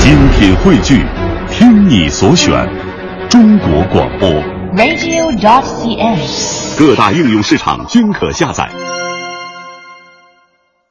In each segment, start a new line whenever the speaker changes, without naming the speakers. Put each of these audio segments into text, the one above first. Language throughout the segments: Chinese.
精品汇聚，听你所选，中国广播。
radio.cn。
各大应用市场均可下载。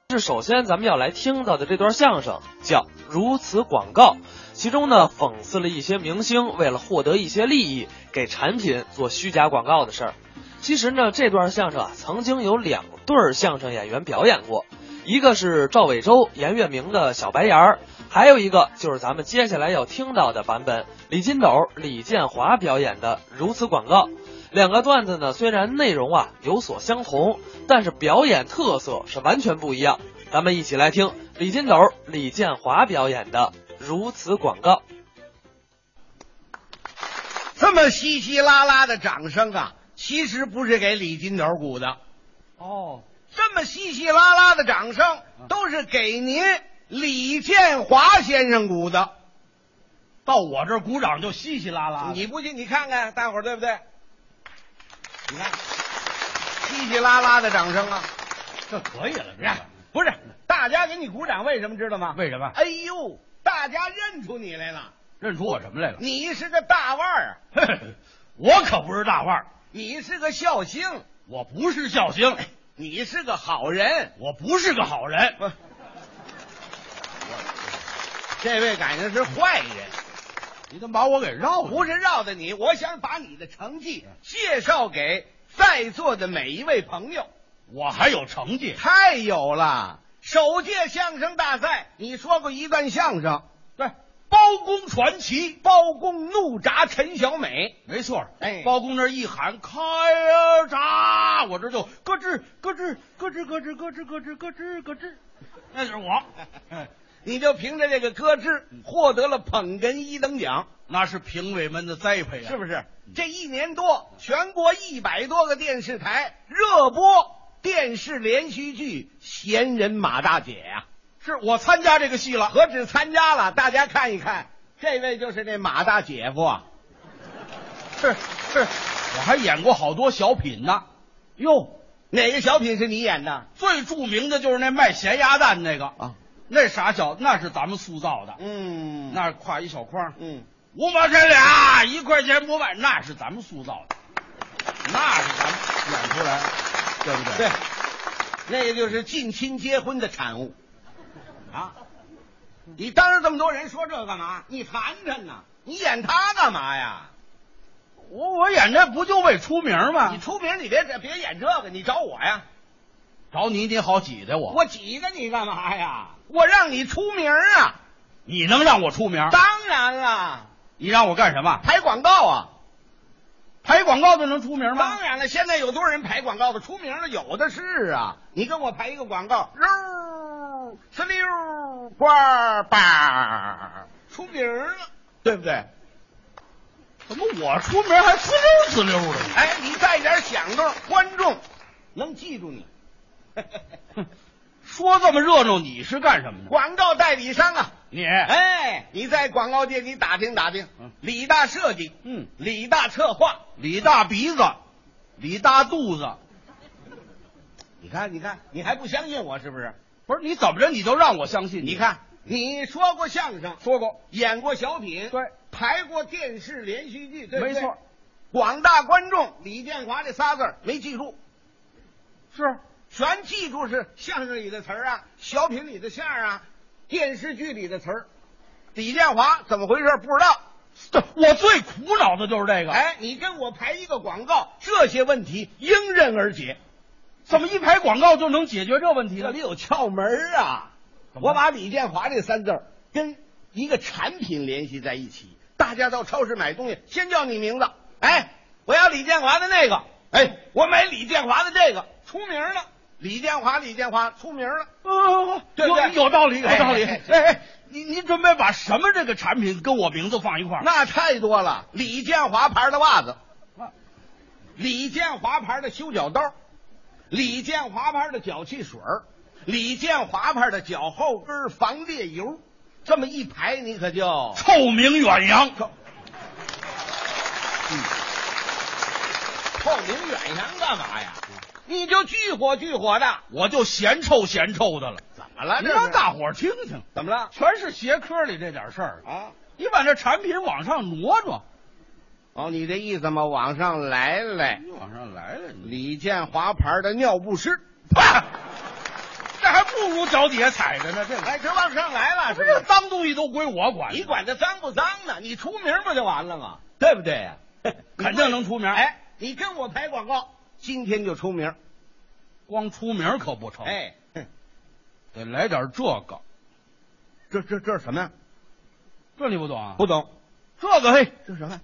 是首先咱们要来听到的这段相声叫《如此广告》，其中呢讽刺了一些明星为了获得一些利益，给产品做虚假广告的事儿。其实呢，这段相声啊曾经有两对儿相声演员表演过，一个是赵伟洲、严月明的小白眼儿，还有一个就是咱们接下来要听到的版本，李金斗、李建华表演的《如此广告》。两个段子呢，虽然内容啊有所相同，但是表演特色是完全不一样。咱们一起来听李金斗、李建华表演的《如此广告》。
这么稀稀拉拉的掌声啊，其实不是给李金斗鼓的，
哦，
这么稀稀拉拉的掌声
啊
都是给您李建华先生鼓的。
到我这儿鼓掌就稀稀拉拉的。
你不信，你看看大伙儿对不对？你看，稀稀拉拉的掌声啊！哎
这可以了，这
呀，不是，大家给你鼓掌，为什么知道吗？
为什么
哎呦，大家认出你来了，
认出我什么来了？
你是个大腕儿啊，
嘿嘿 我可不是大腕儿，
你是个孝星，
我不是孝星，
你是个好人。
我不是个好人。
不这位赶上是坏人，
你怎么把我给绕了？
不是绕的你。我想把你的成绩介绍给在座的每一位朋友。
我还有成绩，
太有了！首届相声大赛，你说过一段相声，
对，包公传奇，
包公怒铡陈小美。
没错儿。
哎
包公那一喊开呀闸，我这就咯吱咯吱咯吱咯吱咯吱咯吱咯吱咯吱，那就是 我。哎
你就凭着这个咯吱，获得了捧哏一等奖，
那是评委们的栽培啊，
是不
是？
是？这一年多，全国一百多个电视台热播电视连续剧《闲人马大姐》呀、
是我参加这个戏了。
何止参加了，大家看一看，这位就是那马大姐夫啊。
是是，我还演过好多小品呢。
哟，哪个小品是你演的？
最著名的就是那卖咸鸭蛋那个啊，那傻小那是咱们塑造的，
嗯
那挎一小筐，
嗯，
五毛钱俩，一块钱不卖，那是咱们塑造的，那是咱们演出来的，对不对？
对，那个就是近亲结婚的产物。
啊，
你当着这么多人说这干嘛？你谈谈呐，你演他干嘛呀？
我我演这不就为出名吗
你？出名，你别别演这个，你找我呀？
找你你好挤兑我，
我挤着你干嘛呀？我让你出名啊！
你能让我出名？
当然了，
你让我干什么？
拍广告啊！
拍广告就能出名吗
当？然了，现在有多少人排广告的，出名的有的是啊！你跟我排一个广告，肉是溜瓜吧，出名了，对不对？
怎么我出名还滋溜滋溜的？
哎，你带点响动，观众能记住你。
说这么热闹，你是干什么的？
广告代理商啊，
你
哎，你在广告界你打听打听
嗯，
李大设计，
嗯，
李大策划，
李大鼻子，李大肚子，
你看，你看，你还不相信我是不是？
不是你怎么着你就让我相信？
你看，你说过相声，
说过，
演过小品，
对，
排过电视连续剧，对不对
没错，，
广大观众李建华这仨字儿没记住，
是
全记住是相声里的词儿啊，小品里的相儿啊，电视剧里的词儿。李建华怎么回事？不知道。
这我最苦恼的就是这个。，
哎，你跟我排一个广告，这些问题迎刃而解。
怎么一拍广告就能解决这问题
这
呢
里？有窍门儿啊！
怎么
我把李建华这三字儿跟一个产品联系在一起。大家到超市买东西，先叫你名字，哎，我要李建华的那个，哎，我买李建华的这个，出名了。李建华，李建华出名了，
呃，
对不对
有有道理，有道理。
哎
哎
哎
哎，你你准备把什么这个产品跟我名字放一块儿？
那太多了。李建华牌的袜子，李建华牌的修脚刀，李建华牌的脚气水儿李建华牌的脚后跟儿防裂油，这么一排，你可就
臭名远扬。
臭名远扬干嘛呀？你就聚火聚火的，
我就嫌臭嫌臭的了。
怎么了？
你
这
让
是
大伙儿听听，
怎么了？
全是鞋科里这点事儿。
啊？
你把这产品往上挪挪，
哦，你这意思嘛，往上来来。
你往上来了，你
李建华牌的尿不湿，
啪，这还不如脚底下踩着呢。这
哎，这往上来了，
不
是
是这脏东西都归我管，
你管它脏不脏呢？你出名不就完了吗？
对不对呀？肯定能出名。，
哎，你跟我拍广告，今天就出名。
光出名可不成，，
哎，哼
得来点这个。
这这这是什么呀？
这你不懂啊？，
懂，
这个嘿，
这是什么？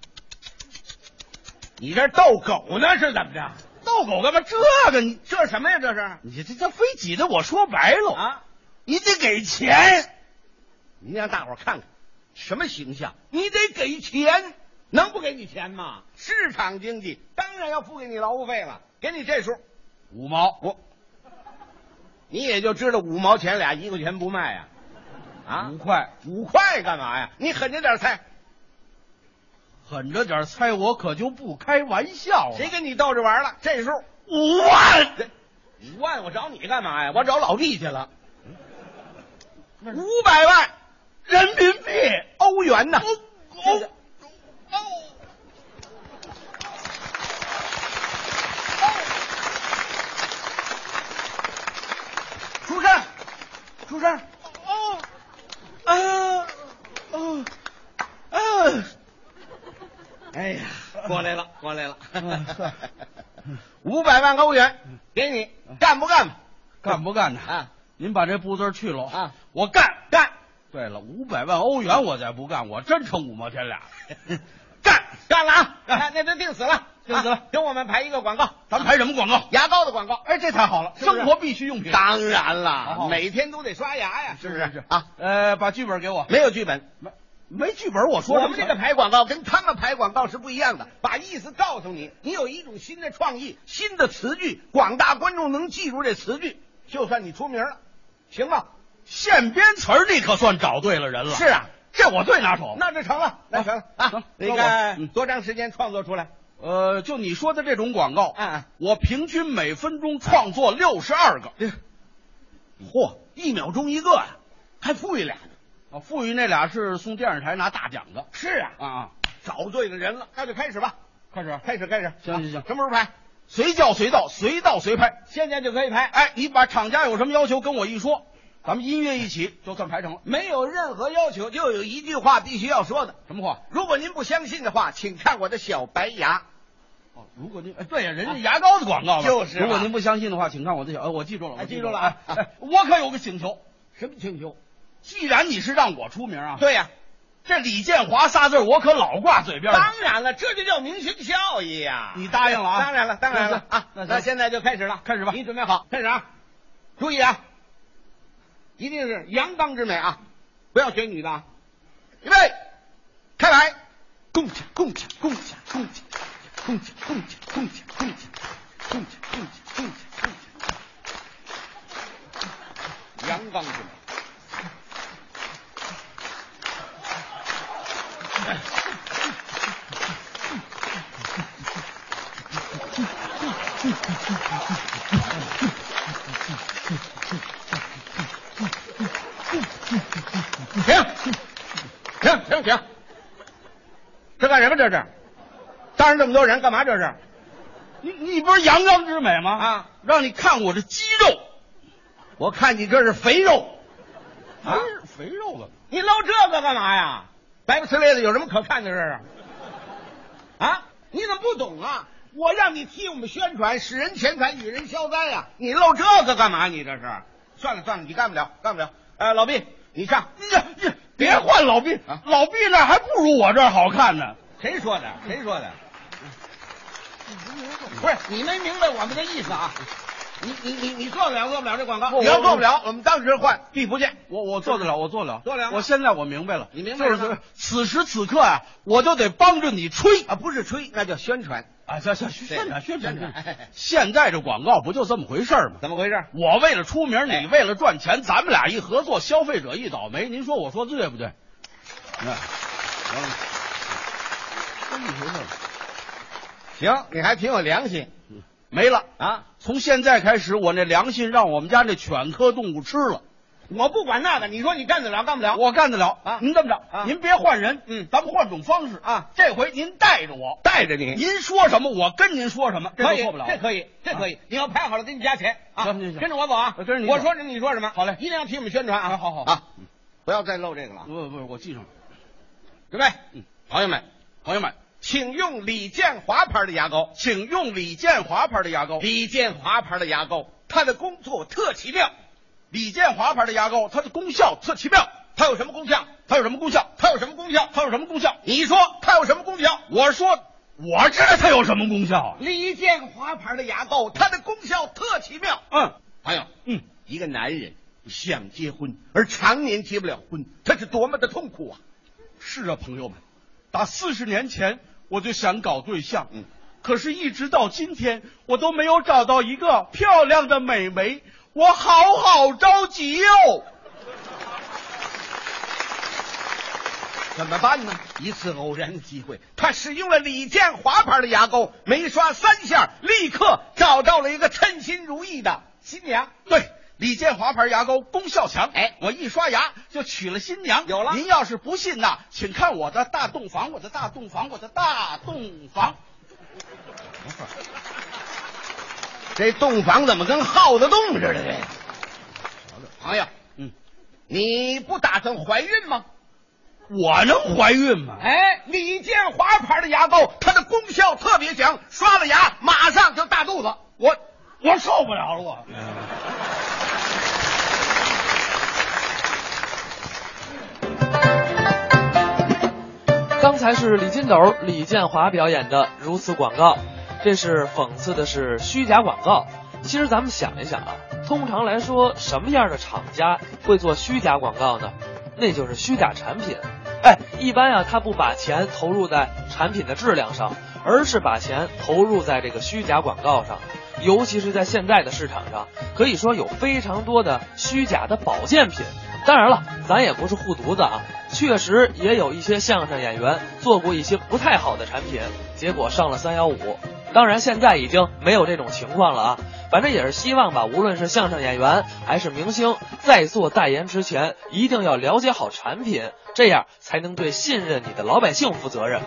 你这逗狗呢是怎么着？
逗狗干嘛？这个你
这是什么呀？这是
你这这非挤得我说白了，
啊？
你得给钱。
你让大伙儿看看，什么形象？你得给钱，能不给你钱吗？市场经济当然要付给你劳务费了，给你这数，
五毛，
我，你也就知道五毛钱俩一块钱不卖呀、啊，
五块，
五块干嘛呀？你狠着点猜，
狠着点猜，我可就不开玩笑了。
谁跟你逗着玩了？这数
五万？
这五万，我找你干嘛呀？我找老弟去了，五百万
人民币？
欧元呢？
哦
这个
哦，
出声，出声，
哦，啊，哦，啊，
哎呀，过 来了，过来了
嗯是，
五百万欧元给你，干不干吧？
干不干呢？
啊，
您把这步字去了
啊，
我干。
干，
对了，五百万欧元我才不干，我真成五毛 钱俩了。
干，干了啊！
干
哎那就定死了，
定死了
啊听我们排一个广告，
咱们拍什么广告？
牙膏的广告。
哎，这太好了，
是不是
生活必需用品。
当然
好
了
好，
每天都得刷牙呀，是不是啊？
呃，把剧本给我。
没有剧本，
没没剧本，我说
我
什么
们这个排广告跟他们排广告是不一样的，把意思告诉你，你有一种新的创意、新的词句，广大观众能记住这词句，就算你出名了，行吗？
现编词儿，这可算找对了人了。
是，啊，
这我最拿手。
那就成了，那成了啊
行！
你
那我嗯
看多长时间创作出来？
呃，就你说的这种广告，
啊
我平均每分钟创作六十二个，
哎嚯，一秒钟一个呀，还富裕俩呢。
啊，富裕那俩是送电视台拿大奖的
是啊，
啊啊！
找对了人了，那就开始吧，
开始，
开始开始。
行行行
啊什么时候拍？
随叫随到，随到随拍。
现在就可以拍。
哎，你把厂家有什么要求跟我一说，咱们音乐一起哎就算排成了。
没有任何要求，就有一句话必须要说的。
什么话？
如果您不相信的话，请看我的小白牙。
哦，如果您哎对呀，人家牙膏的广告嘛
就是啊
如果您不相信的话，请看我的小，呃我记住了，
哎
我
记住了
哎
啊
哎，我可有个请求，
什么请求？
既然你是让我出名啊，
对呀、
这李建华仨字儿我可老挂嘴边了。
当然了，这就叫明星效益呀、
你答应了啊
当然了，当然了
那
啊
行！那
那
行
现在就开始了，
开始吧
你准备好，开始啊！注意啊，一定是阳刚之美啊，不要选女的啊！预备，开来！
共抢共抢共抢共抢共抢共抢共抢共抢共抢共抢共抢
阳刚之美。停！停停停！这干什么？这是？当着这么多人干嘛？这是？
你你不是阳刚之美吗？
啊，
让你看我这肌肉，
我看你这是肥肉。啊
不是哎肥肉了。
你露这个干嘛呀？白不呲咧的，有什么可看的？这是啊？你怎么不懂啊？我让你替我们宣传，使人钱财，与人消灾呀、你露这个干嘛？你这是？算了算了，你干不了，干不了。呃，老毕，你上。
你你别换老毕
啊，
老毕那儿还不如我这儿好看呢。
谁说的？谁说的？不是你没明白我们的意思啊？你你你你做不了，做不了这广告。
我
你要做不了，我们当时换必不见。
我我做得了，我做得了，
做得了吗
我现在我明白了，
你明白了吗
就是此时此刻啊，我就得帮着你吹
啊，不是吹，那叫宣传。
啊！行行，
对
宣传宣传
宣传哎哎哎
现在这广告不就这么回事儿吗？
怎么回事？
我为了出名，你为了赚钱，咱们俩一合作，消费者一倒霉。您说我说对不对？那，这么回事儿。
行，你还挺有良心
没了啊！
啊！
从现在开始，我那良心让我们家那犬科动物吃了，
我不管那个，你说你干得了干不了？
我干得了
啊
您这么着，
啊
您别换人，
嗯
咱们换种方式
啊
这回您带着我，
带着你，
您说什么我跟您说什么，
可
这
以
就错不了，
这可以，这可以。你要排好了，给你加钱啊！
行行行呃
跟着我走啊！
跟着你走
我说什么你说什么。
好嘞
一定要替我们宣传啊！
好好
啊，不要再漏这个了啊。
不不，我记上了，
准备，
嗯
朋友们，
朋友们，
请用李建华牌的牙膏。
请用李建华牌的牙膏，
李建华牌的牙膏，它的工作特奇妙。
李建华牌的牙膏，它的功效特奇妙，
它有什么功效？
它有什么功效？
它有什么功效？
它有什么功效？
你说它有什么功效？
我说，我知道它有什么功效啊。
李建华牌的牙膏，它的功效特奇妙。
嗯
朋友，
嗯，
一个男人想结婚而常年结不了婚，他是多么的痛苦啊！
是啊，朋友们，打四十年前我就想搞对象，
嗯
可是一直到今天，我都没有找到一个漂亮的美眉，我好好着急哟、
怎么办呢？一次偶然的机会，他使用了李建华牌的牙膏，没刷三下，立刻找到了一个称心如意的新娘。
对，李建华牌牙膏功效强，
哎
我一刷牙就娶了新娘。
有了
您要是不信呐，请看我的大洞房，我的大洞房，我的大洞房。
这洞房怎么跟耗子洞似的？这朋友，哎
嗯，
你不打算怀孕吗？
我能怀孕吗？
哎，李建华牌的牙膏，它的功效特别强，刷了牙马上就大肚子。
我我受不了了，我。
刚才是李金斗、李建华表演的《如此广告》，这是讽刺的是虚假广告。其实咱们想一想啊，通常来说，什么样的厂家会做虚假广告呢？那就是虚假产品。哎，一般啊，他不把钱投入在产品的质量上，而是把钱投入在这个虚假广告上。尤其是在现在的市场上，可以说有非常多的虚假的保健品。当然了，咱也不是护犊子啊，确实也有一些相声演员做过一些不太好的产品，结果上了三幺五。当然，现在已经没有这种情况了啊。反正也是希望吧，无论是相声演员还是明星，在做代言之前，一定要了解好产品，这样才能对信任你的老百姓负责任。